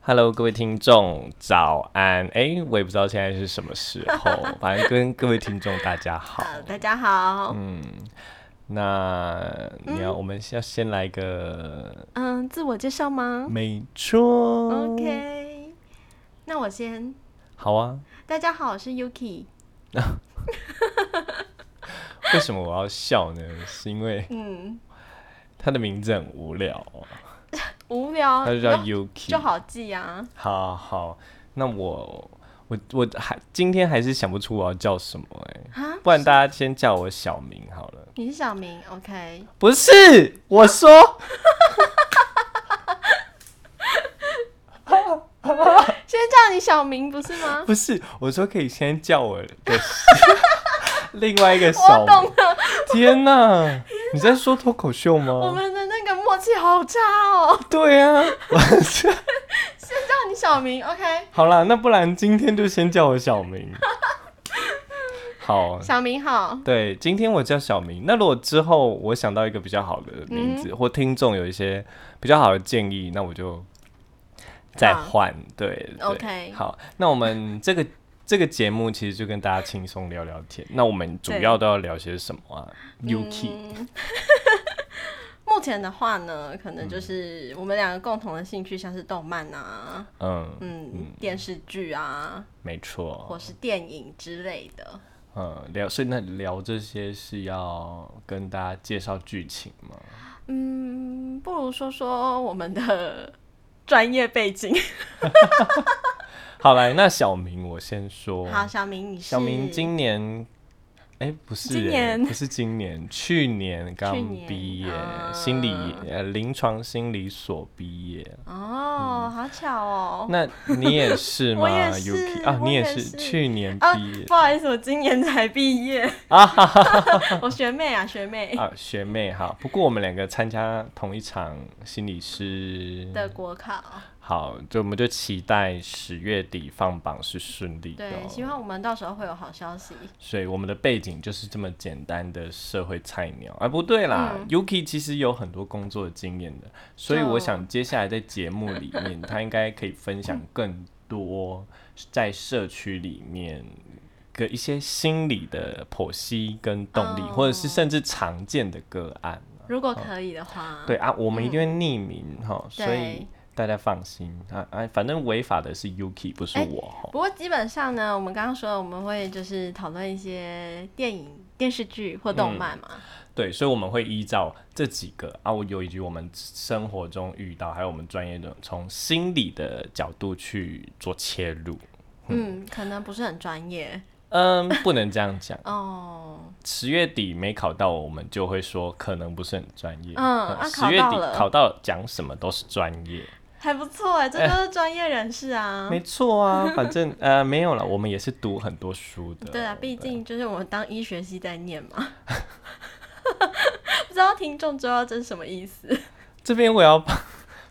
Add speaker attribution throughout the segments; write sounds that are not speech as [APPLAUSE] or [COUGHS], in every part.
Speaker 1: Hello，各位听众，早安！哎、我也不知道现在是什么时候，反正跟各位听众大家好。
Speaker 2: 呃，大家好，嗯
Speaker 1: 那你要，我们要先来个，
Speaker 2: 嗯自我介绍吗、
Speaker 1: 没错
Speaker 2: o k 那我先，
Speaker 1: 好啊。
Speaker 2: 大家好，我是 Yuki，
Speaker 1: 为什么我要笑呢？是因为
Speaker 2: 嗯，
Speaker 1: 他的名字很无聊哦，
Speaker 2: 无聊，
Speaker 1: 他就叫
Speaker 2: 就
Speaker 1: Yuki，
Speaker 2: 就好记啊，
Speaker 1: 好好，那我我我还今天还是想不出我要叫什么哎、
Speaker 2: 啊
Speaker 1: 不然大家先叫我小名好了。
Speaker 2: 你是小明，OK，
Speaker 1: 不是，我说
Speaker 2: 先叫你小明不是吗？
Speaker 1: [LAUGHS] 不是，我说可以先叫我的
Speaker 2: [LAUGHS]
Speaker 1: 另外一个小
Speaker 2: 我懂
Speaker 1: 名。
Speaker 2: 了，
Speaker 1: 天哪，你在说脱口秀
Speaker 2: 我
Speaker 1: 吗？
Speaker 2: 们的那个默契好差哦，
Speaker 1: 对啊，我是
Speaker 2: 先叫你小明，OK，
Speaker 1: 好啦，那不然今天就先叫我小明。好，
Speaker 2: 小明好，
Speaker 1: 对，今天我叫小明。那如果之后我想到一个比较好的名
Speaker 2: 嗯
Speaker 1: 字，或听众有一些比较好的建议，那我就再
Speaker 2: 好
Speaker 1: 换。对对
Speaker 2: OK
Speaker 1: 好，那我们这个这个节目其实就跟大家轻松聊聊天。那我们主要都要聊些什么啊？Yuki，、
Speaker 2: 嗯目前的话呢，可
Speaker 1: 嗯
Speaker 2: 能就是我们两个共同的兴趣，像是动漫啊，
Speaker 1: 嗯，哦
Speaker 2: 嗯，电视剧啊，
Speaker 1: 没错，
Speaker 2: 或是电影之类的。
Speaker 1: 嗯，聊，所以那聊这些是要跟大家介绍剧情吗？
Speaker 2: 嗯，不如说说我们的专业背景。
Speaker 1: 好来，那小明我先说。
Speaker 2: 好，小明，你是
Speaker 1: 哦小明今年，哎、不是、欸，
Speaker 2: 今年
Speaker 1: 不是今年，去年刚
Speaker 2: 去年
Speaker 1: 毕业，
Speaker 2: 啊
Speaker 1: 心理呃临床心理所毕业。
Speaker 2: 哦，好巧哦。
Speaker 1: 那你也是吗
Speaker 2: [LAUGHS] 我也是
Speaker 1: ？Yuki 啊，
Speaker 2: 我
Speaker 1: 你也
Speaker 2: 也
Speaker 1: 是
Speaker 2: 是
Speaker 1: 去年
Speaker 2: 啊
Speaker 1: 嗯毕业，
Speaker 2: 不好意思，我今年才毕
Speaker 1: [LAUGHS]
Speaker 2: 业 [LAUGHS] 我学妹啊，学妹，
Speaker 1: 啊，学妹哈。不过我们两个参加同一场心理师，
Speaker 2: 的国考，
Speaker 1: 好，就我们就期待十月底放榜是顺利的、
Speaker 2: 对，希
Speaker 1: 哦。
Speaker 2: 望我们到时候会有好消息。
Speaker 1: 所以我们的背景就是这么简单的社会菜鸟，啊，不对啦、y
Speaker 2: 嗯
Speaker 1: u k i 其实有很多工作的经验的，所以我想接下来在节目里面，他应该可以分享更多在社区里面的一些心理的剖析跟动力，
Speaker 2: 哦
Speaker 1: 或者是甚至常见的个案。啊
Speaker 2: 如果可以的话，
Speaker 1: 对啊，我们一定会匿名哈、所以
Speaker 2: 嗯对
Speaker 1: 大家放心啊啊，反正违法的是 Yuki，不是
Speaker 2: 哎
Speaker 1: 我哈。
Speaker 2: 不过基本上呢，我们刚刚说我们会就是讨论一些电影、电视剧或动漫嘛。
Speaker 1: 对，所以我们会依照这几个啊，我有以及我们生活中遇到，还有我们专业的从心理的角度去做切入。
Speaker 2: 嗯，可能不是很专业
Speaker 1: 嗯，不能这样讲。
Speaker 2: 哦。
Speaker 1: 十月底没考到，我们就会说可能不是很专业。
Speaker 2: 嗯啊
Speaker 1: 十、
Speaker 2: 考
Speaker 1: 月
Speaker 2: 到
Speaker 1: 底
Speaker 2: 了
Speaker 1: 考到讲什么都是专业，
Speaker 2: 还不错哎，这就是专业人士啊。
Speaker 1: 没错啊。反正呃没有了，我们也是读很多书的。
Speaker 2: 对啊，毕竟就是我们当医学系在念嘛。 [LAUGHS] 不知道听众知道这是什么意思？
Speaker 1: 这边我要 [LAUGHS] 帮，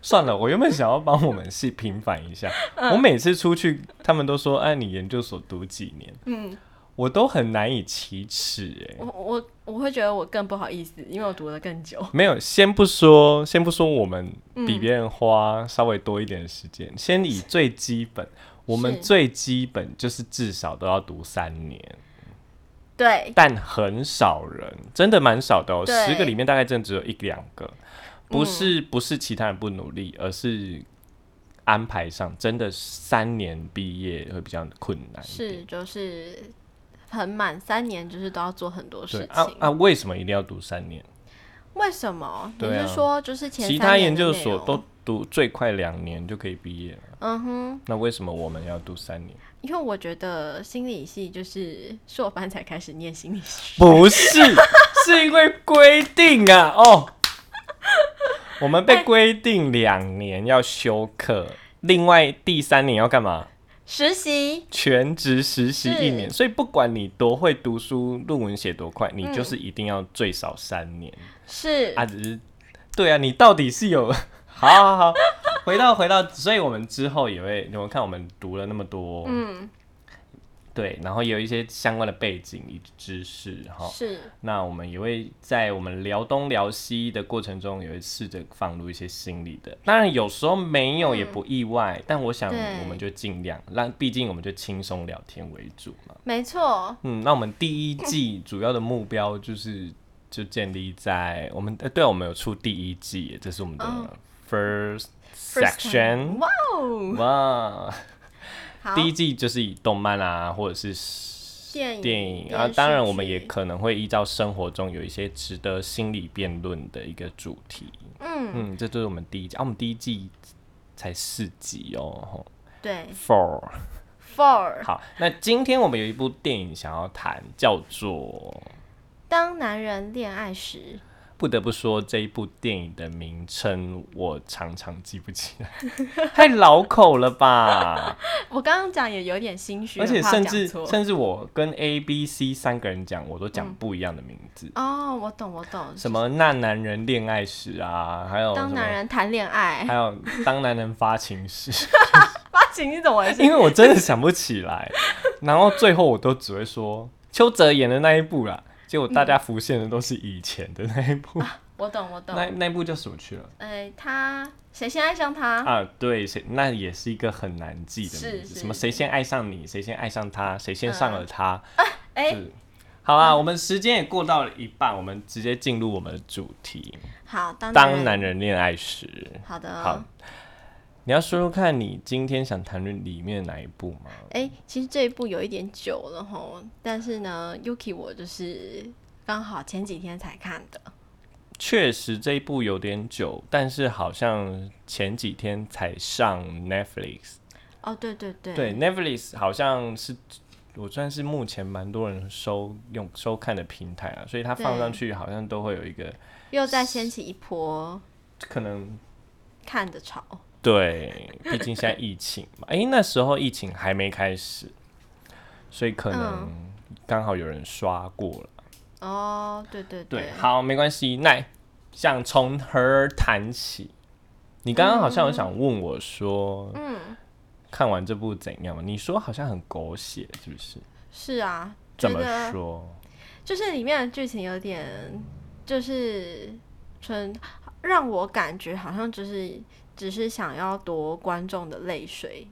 Speaker 1: 算了，我原本想要帮我们系平反一下。我每次出去，他们都说：“哎、你研究所读几年？”
Speaker 2: 嗯，
Speaker 1: 我都很难以启齿。哎，
Speaker 2: 我我我会觉得我更不好意思，因为我读的更久。
Speaker 1: 没有，先不说，先不说我们比别人花稍微多一点的时间，先以最基本，我们最基本就是至少都要读三年，
Speaker 2: 对，
Speaker 1: 但很少人，真的蛮少的哦，
Speaker 2: 对嗯
Speaker 1: 十个里面大概真的只有一两个，不是、不是其他人不努力，而是。安排上真的三年毕业会比较困难一点，
Speaker 2: 是就是很满三年，就是都要做很多
Speaker 1: 对
Speaker 2: 事
Speaker 1: 啊
Speaker 2: 情。
Speaker 1: 啊！为什么一定要读三年？
Speaker 2: 为什么？你
Speaker 1: 对啊
Speaker 2: 是说就是前
Speaker 1: 其
Speaker 2: 三
Speaker 1: 他
Speaker 2: 年
Speaker 1: 研
Speaker 2: 的
Speaker 1: 究
Speaker 2: 内
Speaker 1: 所
Speaker 2: 容
Speaker 1: 都读最快两年就可以毕业了，
Speaker 2: 嗯哼，
Speaker 1: 那为什么我们要读三年？
Speaker 2: 因为我觉得心理系就是硕班才开始念心理系。
Speaker 1: 不是， [LAUGHS] 是因为规定啊！哦，我们
Speaker 2: 哎
Speaker 1: 被规定两年要修课，另外第三年要干嘛？
Speaker 2: 实习
Speaker 1: 全职实习
Speaker 2: 是嗯
Speaker 1: 一年，所以不管你多会读书，论文写多快，你就是一定要最少三年、
Speaker 2: 是、
Speaker 1: 啊！只是，对啊，你到底是有， [LAUGHS] 好好好，回到回到，所以我们之后也会，你们看我们读了那么多，
Speaker 2: 嗯，
Speaker 1: 对，然后也有一些相关的背景以及知识哈。
Speaker 2: 是，
Speaker 1: 那我们也会在我们聊东聊西的过程中，也会试着放入一些心理的。当然，有时候没有也不意外，但我想
Speaker 2: 嗯对
Speaker 1: 我们就尽量让，毕竟我们就轻松聊天为主嘛。
Speaker 2: 没错，
Speaker 1: 嗯，那我们第一季主要的目标就是就建立在我们，呃，对啊，我们有出第一季耶，这是我们的
Speaker 2: 哦
Speaker 1: first
Speaker 2: First
Speaker 1: section。
Speaker 2: 哇哦，
Speaker 1: 哇，
Speaker 2: 好，
Speaker 1: 第一季就是以动漫啊，或者是
Speaker 2: 电影
Speaker 1: 电影
Speaker 2: 电
Speaker 1: 啊，
Speaker 2: 视
Speaker 1: 当然我们
Speaker 2: 剧
Speaker 1: 也可能会依照生活中有一些值得心理辩论的一个主题。
Speaker 2: 嗯，
Speaker 1: 嗯，这就是我们第一季啊，我们第一季才四集哦吼
Speaker 2: 对
Speaker 1: ，four。
Speaker 2: ，Four，
Speaker 1: 好，那今天我们有一部电影想要谈，叫做
Speaker 2: 当男人恋爱时，
Speaker 1: 不得不说，这一部电影的名称我常常记不起来， [LAUGHS] 太老口了吧？
Speaker 2: 我刚刚讲也 [LAUGHS] 有点心虚，
Speaker 1: 而且
Speaker 2: 很怕
Speaker 1: 甚
Speaker 2: 讲
Speaker 1: 至
Speaker 2: 错
Speaker 1: 甚至我跟 A、B、C 三个人讲，我都讲不一样的名字，
Speaker 2: 哦，我懂，我懂，
Speaker 1: 什么那男人恋爱史啊，还有什
Speaker 2: 当
Speaker 1: 么
Speaker 2: 男，人哎谈恋爱
Speaker 1: 还，有当男人发情史， [LAUGHS]
Speaker 2: 八景是怎么回事？
Speaker 1: 因为我真的想不起来，然后最后我都只会说邱泽演的那一部啦，结果大家浮现的都是以前的那一部，
Speaker 2: 我懂，嗯啊我懂。
Speaker 1: 那那一部叫什么去了？
Speaker 2: 哎，他谁先爱上他？
Speaker 1: 啊，对，谁那也是一个很难记的
Speaker 2: 是
Speaker 1: 名字，
Speaker 2: 是嗯
Speaker 1: 什么谁先爱上你，谁先爱上他，谁先上了他，
Speaker 2: 哎、
Speaker 1: 是。好啦，我们时间也过到了一半，我们直接进入我们的主题
Speaker 2: 好，
Speaker 1: ——
Speaker 2: 当
Speaker 1: 当
Speaker 2: 然，嗯
Speaker 1: 男人恋爱时。
Speaker 2: 好的、
Speaker 1: 好，你要说说看你今天想谈论里面哪一部吗？
Speaker 2: 哎、其实这一部有一点久了吼，但是呢，Yuki 我就是刚好前几天才看的。
Speaker 1: 确实这一部有点久，但是好像前几天才上 Netflix。
Speaker 2: 哦，对对对，
Speaker 1: 对 Netflix 好像是我算是目前蛮多人收用收看的平台啊，所以它放上去好像都会有一个
Speaker 2: 又再掀起一波
Speaker 1: 可能
Speaker 2: 看的潮。
Speaker 1: 对，毕竟现在疫情嘛，诶，那时候疫情还没开始，所以可能刚好有人刷过了。
Speaker 2: 哦，对对
Speaker 1: 对，好，没关系。那想从何谈起？你刚刚好像有想问我说，嗯，看完这部怎样嘛？你说好像很狗血，是不是？
Speaker 2: 是啊，
Speaker 1: 怎
Speaker 2: 觉
Speaker 1: 么
Speaker 2: 得
Speaker 1: 说？
Speaker 2: 就是里面的剧情有点，就是纯让我感觉好像就是只是想要夺观众的泪水，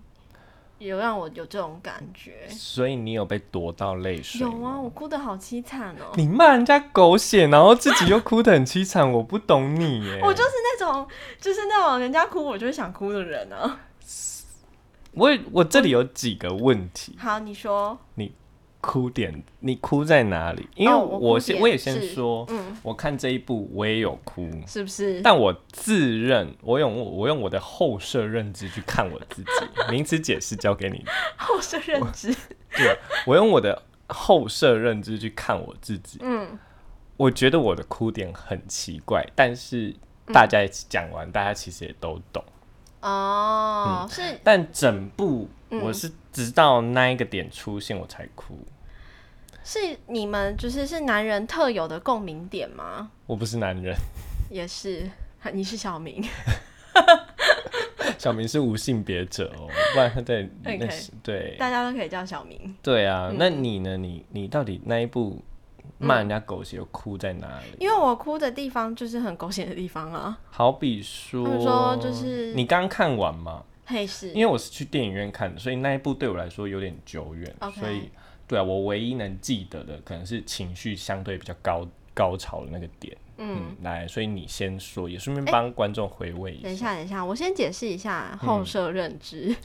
Speaker 2: 有让我有这种感觉。
Speaker 1: 所以你有被夺到泪水？
Speaker 2: 有啊，。我哭的好凄惨
Speaker 1: [LAUGHS]
Speaker 2: 哦。
Speaker 1: 你骂人家狗血，然后自己又哭得很凄惨，我不懂你耶。
Speaker 2: 我就是那种，就是那种人家哭我就会想哭的人啊。
Speaker 1: 我也我这里有几个问题，
Speaker 2: 好，你说，
Speaker 1: 哭点你哭在哪里？因为
Speaker 2: 哦我哭
Speaker 1: 我先、
Speaker 2: 点
Speaker 1: 我也先
Speaker 2: 是
Speaker 1: 说，
Speaker 2: 嗯，
Speaker 1: 我看这一部我也有哭，
Speaker 2: 是不是？
Speaker 1: 哦但我自认我用我用我的后设认知去看我自
Speaker 2: [LAUGHS]
Speaker 1: 己，名词解释交给你。
Speaker 2: 后生认知，
Speaker 1: 对，我用我的后设认知去看我自己，
Speaker 2: 嗯，
Speaker 1: 我觉得我的哭点很奇怪，但是
Speaker 2: 嗯
Speaker 1: 大家一起讲完，大家其实也都懂。
Speaker 2: 哦，
Speaker 1: 嗯
Speaker 2: 是
Speaker 1: 但整部我是直到那一个点出现我才哭，
Speaker 2: 是你们就是是男人特有的共鸣点吗？
Speaker 1: 我不是男
Speaker 2: [LAUGHS]
Speaker 1: 人，
Speaker 2: 也是，你是小明，
Speaker 1: 小明是无性别者哦，不然他在那
Speaker 2: OK 嗯
Speaker 1: 是对
Speaker 2: 大家都可以叫小明。
Speaker 1: 对啊，那你呢？你你到底那一部骂人家狗血又哭在哪里？
Speaker 2: 因为我哭的地方就是很狗血的地方啊，
Speaker 1: 好比说，
Speaker 2: 他们说就是
Speaker 1: 你刚看完嘛，
Speaker 2: 嘿是
Speaker 1: 因为我是去电影院看的，所以那一部对我来说有点久远
Speaker 2: OK
Speaker 1: 所以对啊，我唯一能记得的可能是情绪相对比较高高潮的那个点。嗯，来，所以你先说，也顺便帮观众回味一
Speaker 2: 等一
Speaker 1: 下。
Speaker 2: 下，等一下，我先解释一下
Speaker 1: 嗯
Speaker 2: 后设认知。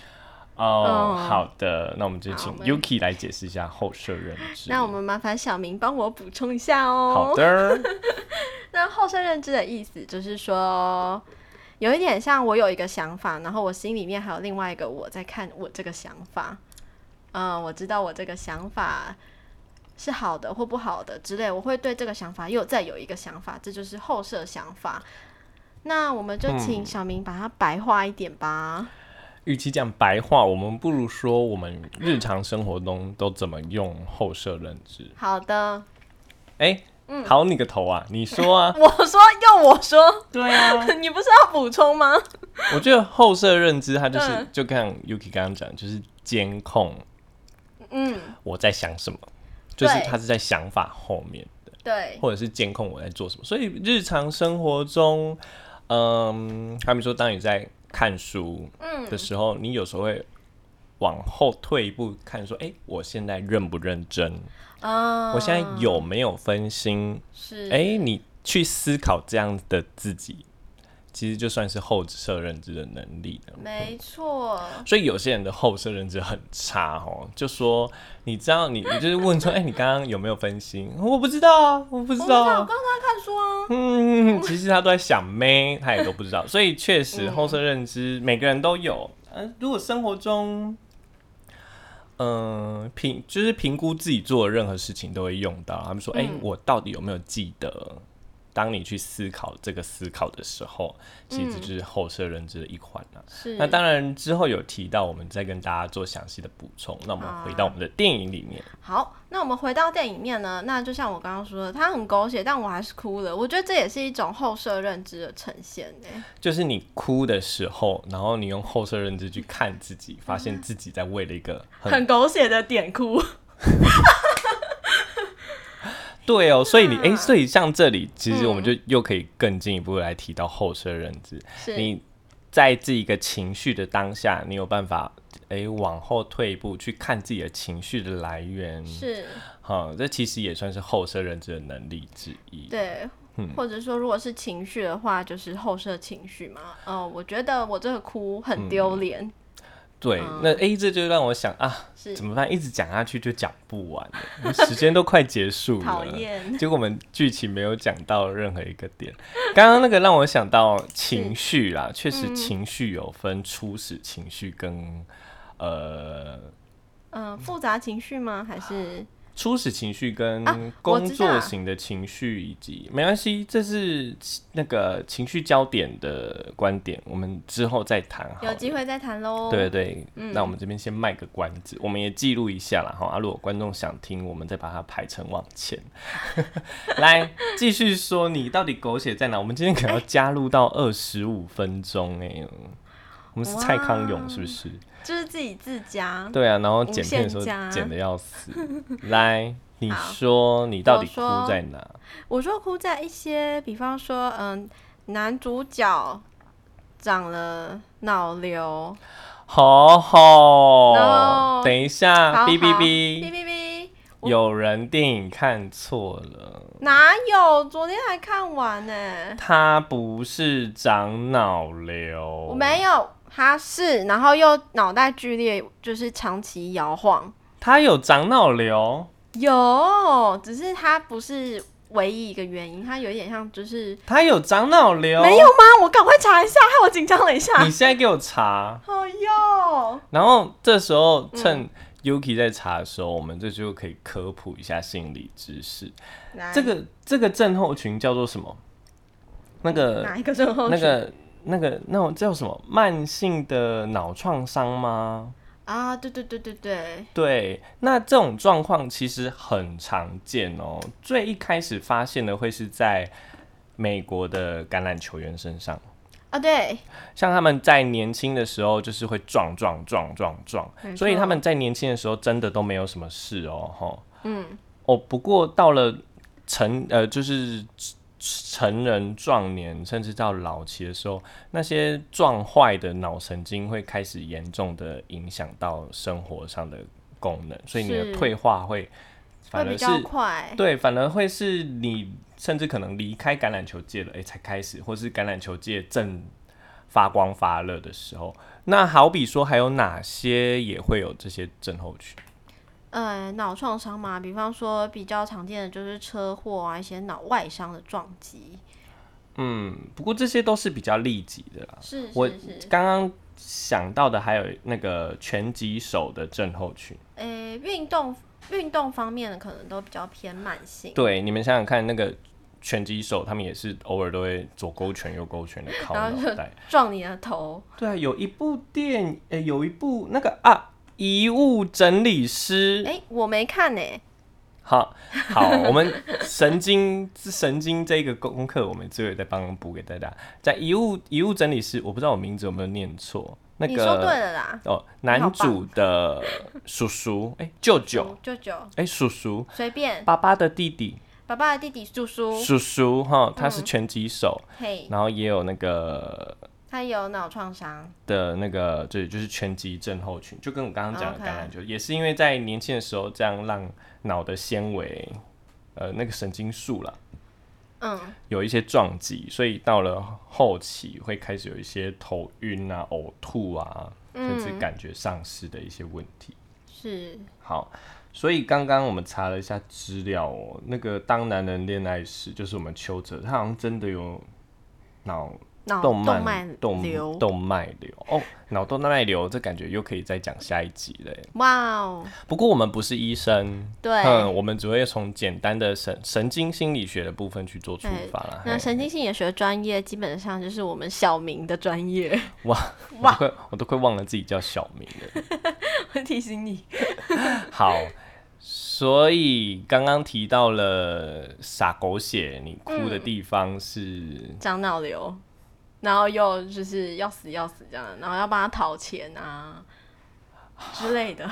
Speaker 1: 哦，
Speaker 2: 嗯
Speaker 1: 好的，那我们就请
Speaker 2: 好我们
Speaker 1: Yuki 来解释一下后设认知。
Speaker 2: 那我们麻烦小明帮我补充一下哦。
Speaker 1: 好的， [LAUGHS]
Speaker 2: 那后设认知的意思就是说，有一点像我有一个想法，然后我心里面还有另外一个我在看我这个想法。嗯，我知道我这个想法是好的或不好的之类，我会对这个想法又再有一个想法，这就是后设想法。那我们就
Speaker 1: 嗯
Speaker 2: 请小明把它白话一点吧。
Speaker 1: 与其讲白话，我们不如说我们日常生活中都怎么用后设认知。
Speaker 2: 好的，
Speaker 1: 哎、
Speaker 2: 嗯
Speaker 1: 好你个头啊！你说
Speaker 2: [LAUGHS]
Speaker 1: 啊，
Speaker 2: 我说用我说， [LAUGHS]
Speaker 1: 对啊，
Speaker 2: 你不是要补充吗？
Speaker 1: 我觉得后设认知它就是，
Speaker 2: 嗯
Speaker 1: 就像 Yuki 刚刚讲，就是监控
Speaker 2: 嗯，
Speaker 1: 我在想什么，就是
Speaker 2: 对
Speaker 1: 他是在想法后面的，
Speaker 2: 嗯对，
Speaker 1: 或者是监控我在做什么。所以日常生活中，嗯，他们说当你在看书
Speaker 2: 嗯
Speaker 1: 的时候，你有时候会往后退一步看，说，哎、我现在认不认真？
Speaker 2: 啊，
Speaker 1: 我现在有没有分心？
Speaker 2: 是
Speaker 1: 哎、你去思考这样的自己，其实就算是后设认知的能力了。
Speaker 2: 没错，
Speaker 1: 所以有些人的后设认知很差哦，就说你知道你你就是问说，哎、你刚刚有没有分心？我不知道啊，我不知
Speaker 2: 我不知
Speaker 1: 道
Speaker 2: 道，我刚
Speaker 1: 啊。
Speaker 2: 刚在看书啊，
Speaker 1: 嗯，其实他都在想妹，他也都不知道。所以确实后设认知每个人都有。嗯、如果生活中，嗯、评就是评估自己做的任何事情都会用到。他们说，哎、
Speaker 2: 嗯
Speaker 1: 我到底有没有记得？当你去思考这个思考的时候，其
Speaker 2: 嗯
Speaker 1: 实就是后设认知的一环啊。
Speaker 2: 是
Speaker 1: 那当然，之后有提到，我们再跟大家做详细的补充。那我们回到我们的电影里面，
Speaker 2: 好，那我们回到电影面呢，那就像我刚刚说的，它很狗血，但我还是哭了。我觉得这也是一种后设认知的呈现、欸，
Speaker 1: 就是你哭的时候，然后你用后设认知去看自己，发现自己在为了一个很
Speaker 2: 很狗血的点哭。
Speaker 1: 对哦，所以你哎、所以像这里，其实我们就又可以更进一步来提到后设认知。
Speaker 2: 是，
Speaker 1: 你在这一个情绪的当下，你有办法哎、往后退一步去看自己的情绪的来源，
Speaker 2: 是
Speaker 1: 好、这其实也算是后设认知的能力之一。
Speaker 2: 对。
Speaker 1: 嗯
Speaker 2: 或者说，如果是情绪的话，就是后设情绪嘛。哦，我觉得我这个哭很丢脸，
Speaker 1: 嗯对，那 A 这就让我想啊，
Speaker 2: 是
Speaker 1: 怎么办？一直讲下去就讲不完了，我们时间都快结束了。
Speaker 2: 讨厌。
Speaker 1: 结果我们剧情没有讲到任何一个点。 [LAUGHS] 刚刚那个让我想到情绪啦，
Speaker 2: 嗯
Speaker 1: 确实情绪有分初始情绪跟呃
Speaker 2: 嗯、复杂情绪吗？还是
Speaker 1: 初始情绪跟
Speaker 2: 啊我
Speaker 1: 工
Speaker 2: 知道
Speaker 1: 作型的情绪以及、没关系，这是那个情绪焦点的观点，我们之后再谈好了。
Speaker 2: 有机会再谈喽？
Speaker 1: 对对，
Speaker 2: 嗯
Speaker 1: 那我们这边先卖个关子，我们也记录一下了哈。啊，如果观众想听，我们再把它排成往前。 [LAUGHS] 来，继续说你到底狗血在哪？我们今天可能要加入到二十五分钟哎、我们是蔡康永是不是？
Speaker 2: 就是自己自家。
Speaker 1: 对啊，然后剪片的时
Speaker 2: 无
Speaker 1: 候
Speaker 2: 限加
Speaker 1: 剪的要
Speaker 2: [LAUGHS]
Speaker 1: 死。来，你说你到底哭在哪？
Speaker 2: 我说哭在一些，比方说，嗯，男主角长了脑瘤，
Speaker 1: 好好，
Speaker 2: No
Speaker 1: 等一下，
Speaker 2: 好
Speaker 1: 哔哔
Speaker 2: 好哔
Speaker 1: 哔，
Speaker 2: 哔哔，我
Speaker 1: 有人电影看错了。
Speaker 2: 哪有？昨天还看完呢、
Speaker 1: 他不是长脑瘤，
Speaker 2: 我没有，他是，然后又脑袋剧烈，就是长期摇晃，
Speaker 1: 他有长脑瘤，
Speaker 2: 有，只是他不是唯一一个原因，他有一点像就是。
Speaker 1: 他有长脑瘤，
Speaker 2: 没有？啊吗？我赶快查一下，害我紧张了一下。
Speaker 1: 你现在给我查，
Speaker 2: 好哟，
Speaker 1: 然后这时候
Speaker 2: 嗯
Speaker 1: 趁 Yuki 在查的时候，我们这就可以科普一下心理知识。
Speaker 2: 来
Speaker 1: 这个这个症候群叫做什么？那个
Speaker 2: 哪一个症候
Speaker 1: 那
Speaker 2: 群？
Speaker 1: 个那个那种叫什么？慢性的脑创伤吗？
Speaker 2: 啊，对对对对对，
Speaker 1: 对，那这种状况其实很常见哦。最一开始发现的会是在美国的橄榄球员身上，
Speaker 2: 啊对，
Speaker 1: 像他们在年轻的时候就是会撞撞撞撞撞，
Speaker 2: 没
Speaker 1: 所以
Speaker 2: 错
Speaker 1: 他们在年轻的时候真的都没有什么事哦，吼
Speaker 2: 嗯，
Speaker 1: 哦。不过到了成呃，就是成人、壮年，甚至到老期的时候，那些撞坏的脑神经会开始严重的影响到生活上的功能，所以你的
Speaker 2: 是
Speaker 1: 退化会
Speaker 2: 会
Speaker 1: 反
Speaker 2: 比
Speaker 1: 而是
Speaker 2: 较快。
Speaker 1: 对，反而会是你甚至可能离开橄榄球界了，哎、才开始，或是橄榄球界正发光发热的时候。那好比说，还有哪些也会有这些症候群？
Speaker 2: 呃，脑创伤嘛，比方说比较常见的就是车祸啊，一些脑外伤的撞击。
Speaker 1: 嗯，不过这些都是比较利己的啦。
Speaker 2: 是
Speaker 1: 啊我
Speaker 2: 是是，
Speaker 1: 刚刚想到的还有那个拳击手的症候群。
Speaker 2: 呃，运动运动方面的可能都比较偏慢性，
Speaker 1: 对，你们想想看，那个拳击手他们也是偶尔都会左勾拳右勾拳的靠
Speaker 2: 然后
Speaker 1: 脑
Speaker 2: [LAUGHS]
Speaker 1: 袋。
Speaker 2: 撞你的头。
Speaker 1: 对啊，有一部电影，诶、有一部那个啊，《遗物整理师》
Speaker 2: 哎、我没看呢、
Speaker 1: [LAUGHS] 好好，我们神经神经这个功课，我们最后再帮忙补给大家。在遗物遗物整理师，我不知道我名字有没有念错，那
Speaker 2: 你说
Speaker 1: 个
Speaker 2: 对了啦，
Speaker 1: 哦，
Speaker 2: 你好
Speaker 1: 男
Speaker 2: 棒
Speaker 1: 主的叔叔，哎、舅舅，
Speaker 2: 舅舅
Speaker 1: 哎、叔叔，
Speaker 2: 随便，
Speaker 1: 爸爸的弟弟，
Speaker 2: 爸爸的弟弟叔叔，
Speaker 1: 叔叔哈，他是拳击手，
Speaker 2: 嘿，
Speaker 1: 然后也有那个
Speaker 2: 他有脑创伤，
Speaker 1: 的那个，对，就是拳击症候群，就跟我刚刚讲的
Speaker 2: OK
Speaker 1: 橄榄球也是因为在年轻的时候这样让脑的纤维，呃，那个神经束啦，
Speaker 2: 嗯，
Speaker 1: 有一些撞击，所以到了后期会开始有一些头晕啊、呕吐啊，
Speaker 2: 嗯
Speaker 1: 甚至感觉丧失的一些问题。
Speaker 2: 是，
Speaker 1: 好，所以刚刚我们查了一下资料哦，那个当男人恋爱时，就是我们邱泽，他好像真的有脑
Speaker 2: 脑
Speaker 1: 动
Speaker 2: 动
Speaker 1: 脉
Speaker 2: 动瘤，
Speaker 1: 动脉瘤哦，脑动脉瘤，这感觉又可以再讲下一集嘞。
Speaker 2: 哇哦，
Speaker 1: 不过我们不是医生，
Speaker 2: 对，
Speaker 1: 嗯，我们只会从简单的神神经心理学的部分去做出发啦。
Speaker 2: 那
Speaker 1: 嘿
Speaker 2: 神经性也学专业基本上就是我们小明的专业，
Speaker 1: 哇我都
Speaker 2: 哇
Speaker 1: 快我都快忘了自己叫小明了。
Speaker 2: 我 [LAUGHS] 提醒你，
Speaker 1: 好，所以刚刚提到了撒狗血，你哭
Speaker 2: 嗯
Speaker 1: 的地方是
Speaker 2: 长脑瘤，然后又就是要死要死这样，然后要帮他讨钱啊之类 [LAUGHS] 的。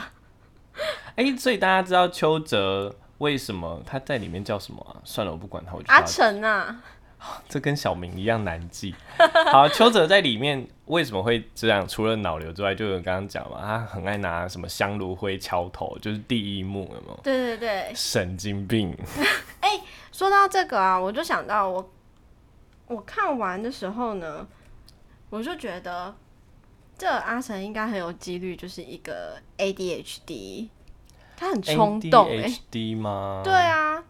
Speaker 1: 哎、所以大家知道邱泽为什么他在里面叫什么啊？算了，我不管他，我就叫
Speaker 2: 阿
Speaker 1: 他
Speaker 2: 成啊，
Speaker 1: 这跟小明一样难记。好，邱泽在里面为什么会这样？除了脑瘤之外，就有刚刚讲嘛，他很爱拿什么香炉灰敲头，就是第一幕有没有？
Speaker 2: 对对对，
Speaker 1: 神经病！
Speaker 2: 说到这个啊，我就想到我我看完的时候呢，我就觉得这阿成应该很有几率就是一个 ADHD，他很冲动哎、
Speaker 1: ADHD 吗？
Speaker 2: 对，啊，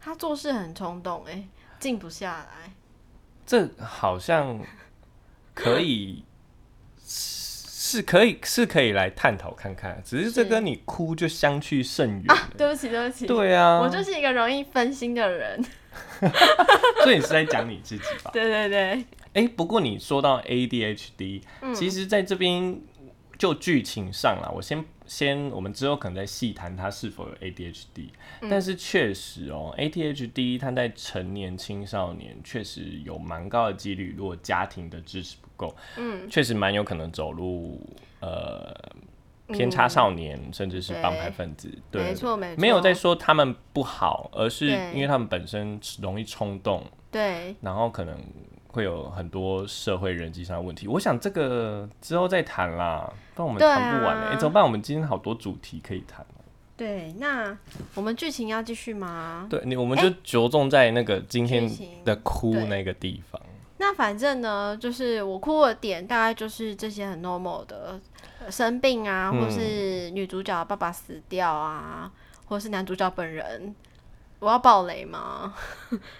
Speaker 2: 他做事很冲动哎、静不下来。
Speaker 1: 这好像可以是是可以是可以来探讨看看，只是这
Speaker 2: 是
Speaker 1: 跟你哭就相去甚远。
Speaker 2: 啊，对不起，对不起，
Speaker 1: 对啊，
Speaker 2: 我就是一个容易分心的人。
Speaker 1: 所以你是在讲你自己吧？
Speaker 2: 对对对，
Speaker 1: 哎、不过你说到 ADHD，、其
Speaker 2: 嗯
Speaker 1: 实在这边就剧情上啦，我先先我们之后可能再细谈它是否有 ADHD，、但
Speaker 2: 嗯
Speaker 1: 是确实哦，ADHD 它在成年青少年确实有蛮高的几率，如果家庭的支持不够，嗯，确实蛮有可能走入呃偏差少年，甚至是帮派分子，对，
Speaker 2: 嗯没错没错，
Speaker 1: 没有在说他们不好，而是
Speaker 2: 对
Speaker 1: 因为他们本身容易冲动，
Speaker 2: 对，
Speaker 1: 然后可能会有很多社会人际上的问题。我想这个之后再谈啦，不然我们
Speaker 2: 对
Speaker 1: 谈不完哎、
Speaker 2: 啊
Speaker 1: 诶怎么办？我们今天好多主题可以谈。
Speaker 2: 对，那我们剧情要继续吗？
Speaker 1: 对你，我们就着重在那个今天
Speaker 2: 剧情
Speaker 1: 的哭
Speaker 2: 对
Speaker 1: 那个地方。
Speaker 2: 那反正呢，就是我哭的点大概就是这些很 normal 的，呃生病啊，
Speaker 1: 嗯
Speaker 2: 或是女主角的爸爸死掉啊，或是男主角本人。我要爆雷吗？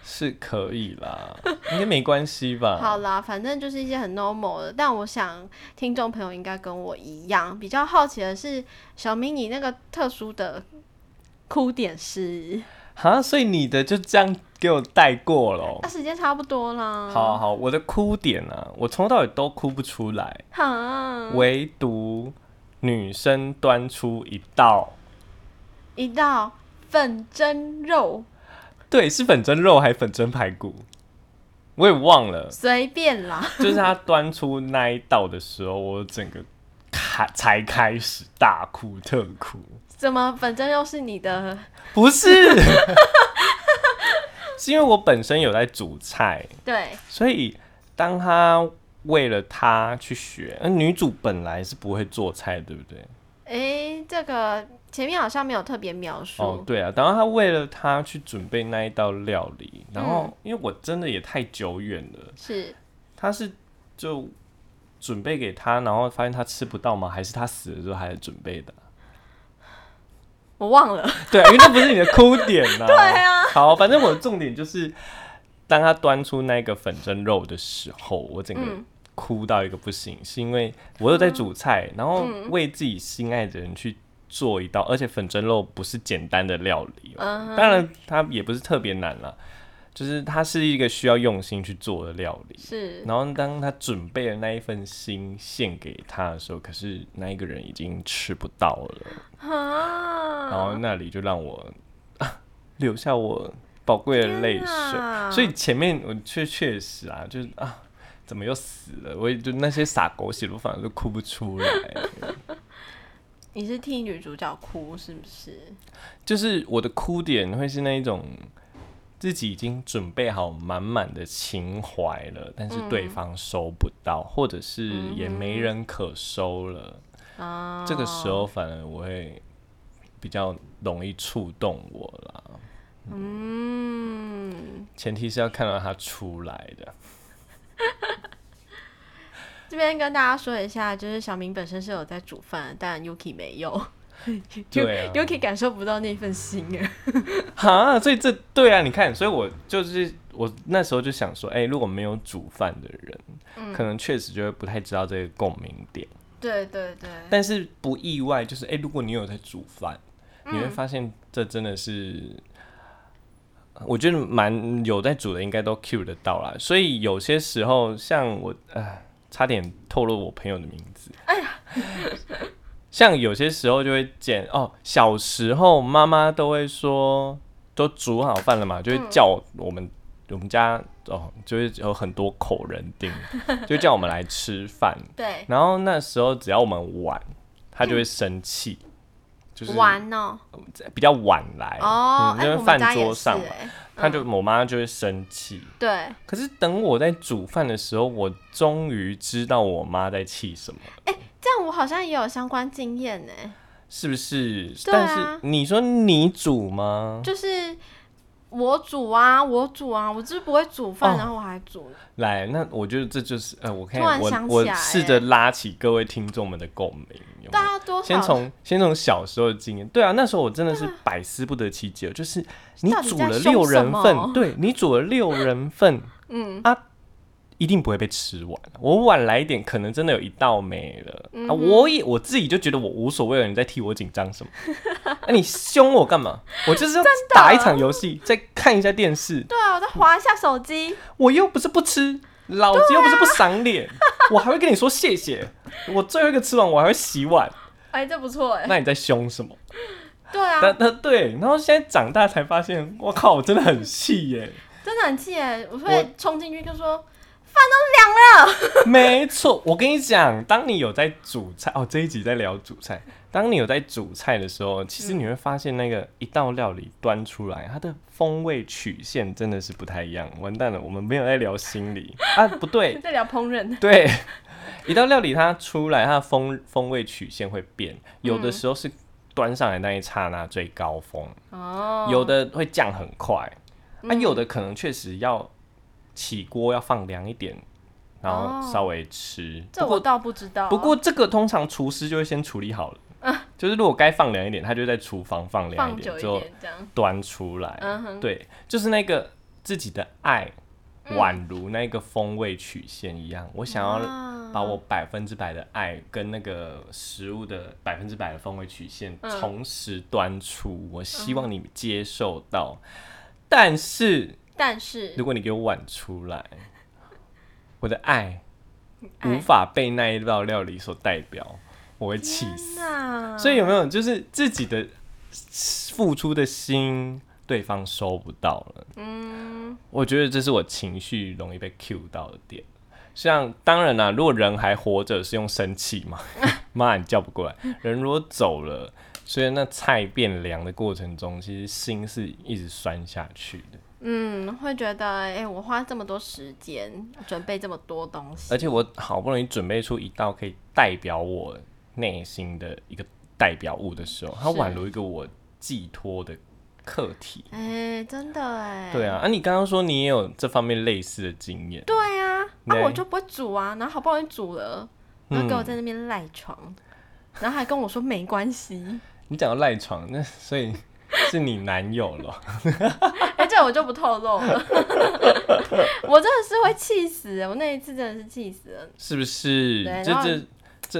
Speaker 1: 是可以
Speaker 2: [LAUGHS]
Speaker 1: 啦，应该没关系吧？
Speaker 2: 好啦，反正就是一些很 normal 的，但我想听众朋友应该跟我一样，比较好奇的是，小明你那个特殊的哭点是？
Speaker 1: 哈，所以你的就这样给我带过了
Speaker 2: 那、。啊时间差不多啦。
Speaker 1: 哦好啊好，我的哭点啊，我从头到尾都哭不出来，
Speaker 2: 哈，
Speaker 1: 唯独女生端出一道，
Speaker 2: 一道粉蒸肉，
Speaker 1: 对，是粉蒸肉还是粉蒸排骨，我也忘了。
Speaker 2: 随便啦。 [LAUGHS]
Speaker 1: 就是他端出那一道的时候，我整个开才开始大哭特哭，
Speaker 2: 怎么粉蒸肉是你的？
Speaker 1: 不是， [LAUGHS] 是因为我本身有在煮菜，
Speaker 2: 对，
Speaker 1: 所以当他为了他去学，呃、女主本来是不会做菜，对不对？
Speaker 2: 诶，这个前面好像没有特别描述。
Speaker 1: 哦，对啊，然后他为了他去准备那一道料理，然后、因为我真的也太久远了，
Speaker 2: 是
Speaker 1: 他是就准备给他，然后发现他吃不到吗？还是他死了之后还准备的？ [LAUGHS]
Speaker 2: 我忘了。
Speaker 1: 对，因为那不是你的哭点
Speaker 2: [LAUGHS]
Speaker 1: 呐、对
Speaker 2: 啊。
Speaker 1: 好，反正我的重点就是，当他端出那个粉蒸肉的时候，我整个
Speaker 2: 嗯
Speaker 1: 哭到一个不行，是因为我有在煮菜，然后
Speaker 2: 嗯
Speaker 1: 为自己心爱的人去做一道，而且粉蒸肉不是简单的料理、哦，
Speaker 2: 嗯哼，
Speaker 1: 当然它也不是特别难啦，就是它是一个需要用心去做的料理。
Speaker 2: 是
Speaker 1: 然后当他准备了那一份心献给他的时候，可是那一哦个人已经吃不到了。然后
Speaker 2: 哈，
Speaker 1: 那里就让我、啊 [LAUGHS] 留下我宝贵的泪
Speaker 2: 天
Speaker 1: 水。
Speaker 2: 哪
Speaker 1: 所以前面我确确实啊，就是啊，怎么又死了？我也就那些撒狗血的，我反而都哭不出来。
Speaker 2: 你是替女主角哭是不是？
Speaker 1: 就是我的哭点会是那一种自己已经准备好满满的情怀了，但是对方收不到，或者是也没人可收了。
Speaker 2: 啊、
Speaker 1: 这个时候反而我会比较容易触动我啦。
Speaker 2: 嗯，
Speaker 1: 前提是要看到他出来的。
Speaker 2: 这边跟大家说一下，就是小明本身是有在煮饭，但 Yuki 没有。
Speaker 1: 对啊
Speaker 2: [LAUGHS] Yuki 感受不到那份心哎。
Speaker 1: 哈，所以这对啊，你看，所以我就是我那时候就想说，哎、如果没有煮饭的人，可能确实就会不太知道这个共鸣点。
Speaker 2: 对对对，
Speaker 1: 但是不意外，就是哎、如果你有在煮饭，你会发现这真的是，呃我觉得蛮有在煮的，应该都 cue 得到啦。所以有些时候，像我，哎，差点透露我朋友的名字。哎呀， [LAUGHS] 像有些时候就会见哦，小时候妈妈都会说，都煮好饭了嘛，就会叫我们。我们家哦，就是有很多口人丁，就叫我们来吃饭。
Speaker 2: 对
Speaker 1: 然后那时候只要我们晚，他就会生气，就是
Speaker 2: 嗯玩哦
Speaker 1: 比较晚来，
Speaker 2: 哦，
Speaker 1: 嗯
Speaker 2: 哎、
Speaker 1: 因为
Speaker 2: 我们
Speaker 1: 饭
Speaker 2: 家也
Speaker 1: 桌
Speaker 2: 是
Speaker 1: 上嘛，
Speaker 2: 哎，
Speaker 1: 他就我妈就会生气。
Speaker 2: 对。
Speaker 1: 可是等我在煮饭的时候，我终于知道我妈在气什么了，
Speaker 2: 这样我好像也有相关经验呢、
Speaker 1: 是不是？
Speaker 2: 对啊
Speaker 1: 但是你说你煮吗？
Speaker 2: 就是我煮啊，我煮啊，我就是不会煮
Speaker 1: 哦
Speaker 2: 饭，然后我还煮。
Speaker 1: 来，那我觉得这就是呃，我看
Speaker 2: 突然
Speaker 1: 我
Speaker 2: 想起
Speaker 1: 我
Speaker 2: 来
Speaker 1: 试着拉起各位听众们的共鸣，有没有
Speaker 2: 大家多少
Speaker 1: 先从先从小时候的经验，对啊，那时候我真的是百思不得其解，哦就是你
Speaker 2: 到底
Speaker 1: 煮
Speaker 2: 在
Speaker 1: 了
Speaker 2: 凶
Speaker 1: 六
Speaker 2: 什
Speaker 1: 人
Speaker 2: 么
Speaker 1: 份，对你煮了六人份，
Speaker 2: [LAUGHS] 嗯
Speaker 1: 啊，一定不会被吃完。啊我晚来一点，可能真的有一道没了、
Speaker 2: 嗯
Speaker 1: 啊。我也我自己就觉得我无所谓了，你在替我紧张什么？ [LAUGHS] 那、你凶我干嘛？我就是要打一场游戏，再看一下电视，
Speaker 2: 对啊，我再划一下手机，
Speaker 1: 我又不是不吃，老子又不是不赏脸，我还会跟你说谢谢。我最后一个吃完，我还会洗碗，
Speaker 2: [LAUGHS] 哎、这不错哎、
Speaker 1: 那你在凶什么？
Speaker 2: 对啊，
Speaker 1: 那那对，然后现在长大才发现，我靠，我真的很气耶。 [LAUGHS]
Speaker 2: 真的很气哎、我
Speaker 1: 我
Speaker 2: 会冲进去就说，
Speaker 1: 没错，我跟你讲，当你有在煮菜哦，这一集在聊煮菜。当你有在煮菜的时候，其实你会发现那个一道料理端出来，它的风味曲线真的是不太一样。完蛋了，我们没有在聊心理啊，不对， [LAUGHS]
Speaker 2: 在聊烹饪，
Speaker 1: 对，一道料理它出来，它的风风味曲线会变，有的时候是端上来那一刹那最高峰，
Speaker 2: 哦，
Speaker 1: 有的会降很快，
Speaker 2: 嗯
Speaker 1: 啊，有的可能确实要起锅要放凉一点，然后稍微吃。
Speaker 2: 这
Speaker 1: 不
Speaker 2: 我
Speaker 1: 过
Speaker 2: 倒不知道啊、
Speaker 1: 不过这个通常厨师就会先处理好了，就是如果该放凉一点，他就在厨房放凉
Speaker 2: 嗯放久一
Speaker 1: 之后
Speaker 2: 点这样，
Speaker 1: 端出来。
Speaker 2: 嗯哼
Speaker 1: 对，就是那个自己的爱，
Speaker 2: 嗯
Speaker 1: 宛如那个风味曲线一样，我想要
Speaker 2: 啊
Speaker 1: 把我百分之百的爱跟那个食物的百分之百的风味曲线
Speaker 2: 嗯
Speaker 1: 同时端出，我希望你接受到。
Speaker 2: 嗯
Speaker 1: 但是
Speaker 2: 但是
Speaker 1: 如果你给我碗出来，我的爱
Speaker 2: 爱
Speaker 1: 无法被那一道料理所代表，我会气死。
Speaker 2: 那
Speaker 1: 所以有没有就是自己的付出的心，对方收不到了？
Speaker 2: 嗯，
Speaker 1: 我觉得这是我情绪容易被 cue 到的点。像当然啦、如果人还活着是用生气嘛， [LAUGHS] 妈你叫不过来。人如果走了，所以那菜变凉的过程中，其实心是一直酸下去的。
Speaker 2: 嗯，会觉得哎、我花这么多时间准备这么多东西，
Speaker 1: 而且我好不容易准备出一道可以代表我内心的一个代表物的时候，它
Speaker 2: 是
Speaker 1: 宛如一个我寄托的课题。
Speaker 2: 哎、真的哎、
Speaker 1: 对啊，啊，你刚刚说你也有这方面类似的经验，
Speaker 2: 对啊，那、
Speaker 1: 对
Speaker 2: 我就不会煮啊，然后好不容易煮了，然后给我在那边赖床，
Speaker 1: 嗯
Speaker 2: 然后还跟我说没关系， [LAUGHS]
Speaker 1: 你讲到赖床，那所以是你男友了，
Speaker 2: 哎、这我就不透露了。 [LAUGHS] 我真的是会气死，我那一次真的是气死了。
Speaker 1: 是不是
Speaker 2: 对？
Speaker 1: 这
Speaker 2: 然后
Speaker 1: 这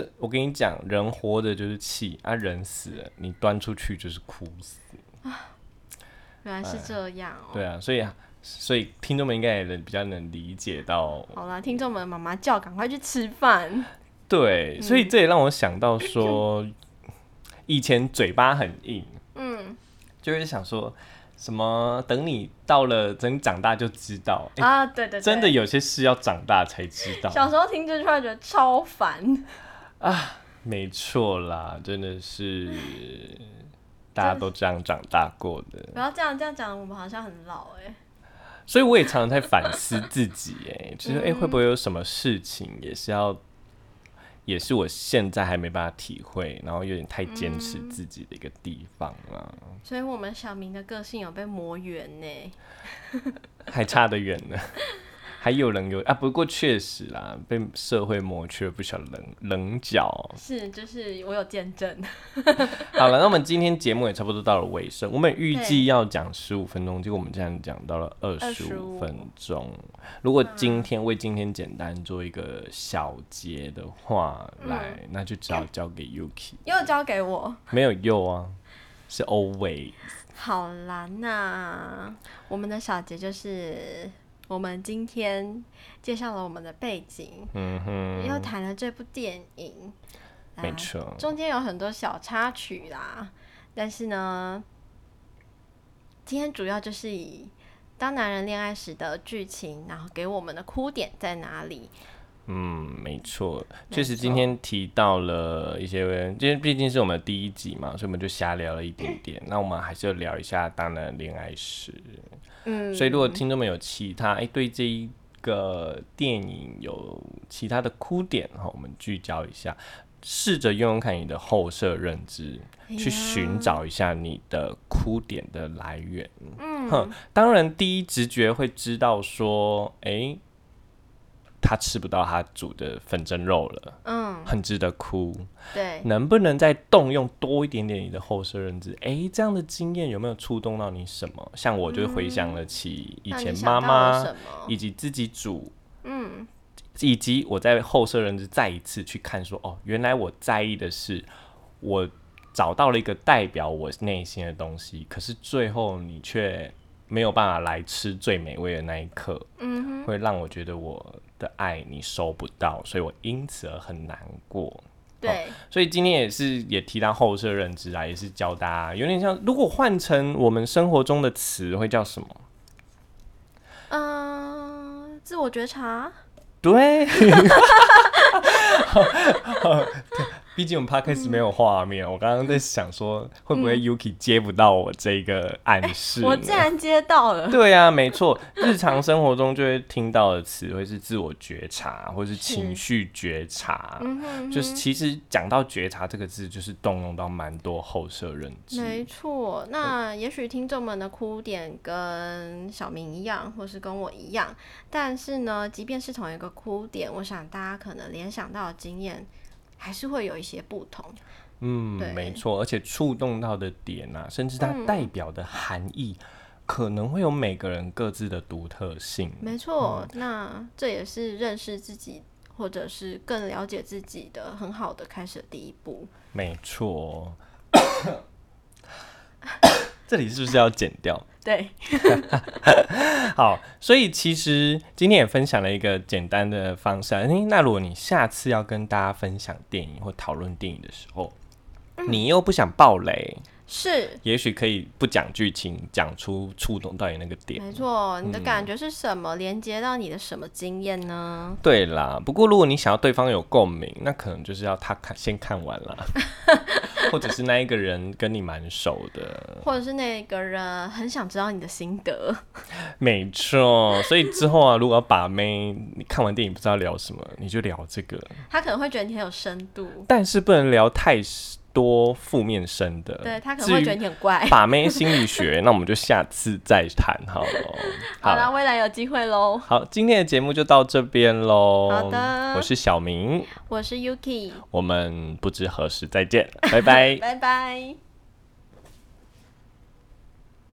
Speaker 1: 这，我跟你讲，人活着就是气啊，人死了你端出去就是哭死。
Speaker 2: 原来是这样哦、
Speaker 1: 对啊，所以啊，所以听众们应该也能比较能理解到
Speaker 2: 好啦，听众们，妈妈叫，赶快去吃饭。嗯
Speaker 1: 对，所以这也让我想
Speaker 2: [CLEARS THROAT]
Speaker 1: 到说，以前嘴巴很硬，
Speaker 2: 嗯，
Speaker 1: 就会想说，什么等你到了等长大就知道，诶
Speaker 2: 啊，对对对，
Speaker 1: 哎真的有些事要长大才知道。
Speaker 2: 小时候听这句话觉得超烦，
Speaker 1: 嗯没错啦，真的是大家都这样长大过的，
Speaker 2: 不要这样这样讲，我们好像很老哎、
Speaker 1: 所以我也常常在反思自己、哎，就是哎、会不会有什么事情也是要，也是我现在还没办法体会，然后有点太坚持自己的一个地方啦，
Speaker 2: 所以我们小明的个性有被磨圆呢、哎
Speaker 1: 还差得远呢。还有人有啊，不过确实啦，被社会磨去了不少棱棱角，
Speaker 2: 是就是我有见证，
Speaker 1: 好了，那我们今天节目也差不多到了尾声，我们预计要讲十五分钟，结果我们这样讲到了二十五
Speaker 2: 25
Speaker 1: 分钟。如果今天为今天简单做一个小结的话，来，那就只好交给 Yuki，
Speaker 2: 又交给我。
Speaker 1: 没有用啊，是 always。
Speaker 2: 好啦，那我们的小节就是我们今天介绍了我们的背景，
Speaker 1: 嗯哼，
Speaker 2: 又谈了这部电影，啊
Speaker 1: 没错，
Speaker 2: 中间有很多小插曲啦，但是呢，今天主要就是以当男人恋爱时的剧情，然后给我们的哭点在哪里？
Speaker 1: 嗯，没错，确实今天提到了一些，因为毕竟是我们的第一集嘛，所以我们就瞎聊了一点点。那我们还是要聊一下当然恋爱史。
Speaker 2: 嗯，
Speaker 1: 所以如果听众们有其他哎、对这一个电影有其他的哭点哈，我们聚焦一下，试着用用看你的后设认知，去寻找一下你的哭点的来源。哼，当然第一直觉会知道说，哎、他吃不到他煮的粉蒸肉了，
Speaker 2: 嗯，
Speaker 1: 很值得哭。
Speaker 2: 对，
Speaker 1: 能不能再动用多一点点你的后设认知？诶，这样的经验有没有触动到你什么？像我就回想了起以
Speaker 2: 那你
Speaker 1: 前
Speaker 2: 想
Speaker 1: 妈
Speaker 2: 到了
Speaker 1: 妈哦
Speaker 2: 什，么？
Speaker 1: 以及自己煮，嗯，以及我在后设认知再一次去看说，哦，原来我在意的是我找到了一个代表我内心的东西，可是最后你却没有办法来吃最美味的那一刻，
Speaker 2: 嗯哼，
Speaker 1: 会让我觉得我的爱你收不到，所以我因此而很难过。
Speaker 2: 对，
Speaker 1: 所以今天也是也提到后设认知啊，也是教大家有点像，如果换成我们生活中的词会叫什么？
Speaker 2: 嗯、自我觉察，
Speaker 1: 对， [LAUGHS] 毕竟我们 podcast 没有画面，我刚刚在想说会不会 Yuki 接不到我这个暗示呢、
Speaker 2: 嗯我竟然接到了。
Speaker 1: 对啊，没错，日常生活中就会听到的词会是自我觉察，或是情绪觉察。
Speaker 2: 嗯哼，
Speaker 1: 就是其实讲到觉察这个字，就是动用到蛮多后设认知。
Speaker 2: 没错，那也许听众们的哭点跟小明一样，或是跟我一样，但是呢，即便是同一个哭点，我想大家可能联想到的经验还是会有一些不同。
Speaker 1: 嗯
Speaker 2: 对，嗯
Speaker 1: 没错，而且触动到的点啊，甚至它代表的含义，可能会有每个人各自的独特性。
Speaker 2: 没错，那这也是认识自己或者是更了解自己的很好的开始的第一步。
Speaker 1: 没错， [COUGHS] 这里是不是要剪掉？
Speaker 2: 对，
Speaker 1: 好，所以其实今天也分享了一个简单的方式啊。诶那如果你下次要跟大家分享电影或讨论电影的时候，你又不想爆雷，
Speaker 2: 是。
Speaker 1: 也许可以不讲剧情，讲出触动到你那个点。
Speaker 2: 没错，你的感觉是什么？连接到你的什么经验呢？
Speaker 1: 对啦，不过如果你想要对方有共鸣，那可能就是要他看先看完啦，或者是那一个人跟你蛮熟的，
Speaker 2: 或者是那个人很想知道你的心得？
Speaker 1: 没错。所以之后啊，如果要把妹，你看完电影不知道聊什么，你就聊这个，
Speaker 2: 他可能会觉得你很有深度，
Speaker 1: 但是不能聊太多负面深的。
Speaker 2: 对他可能会觉得哎
Speaker 1: 至
Speaker 2: 你很怪
Speaker 1: 于。把妹心理学，那我们就下次再谈好了。
Speaker 2: 好啦，未来有机会喽。
Speaker 1: 好，今天的节目就到这边喽。
Speaker 2: 好的
Speaker 1: 我是小明，
Speaker 2: 我是 Yuki，
Speaker 1: 我们不知何时再见，拜拜。
Speaker 2: 拜拜。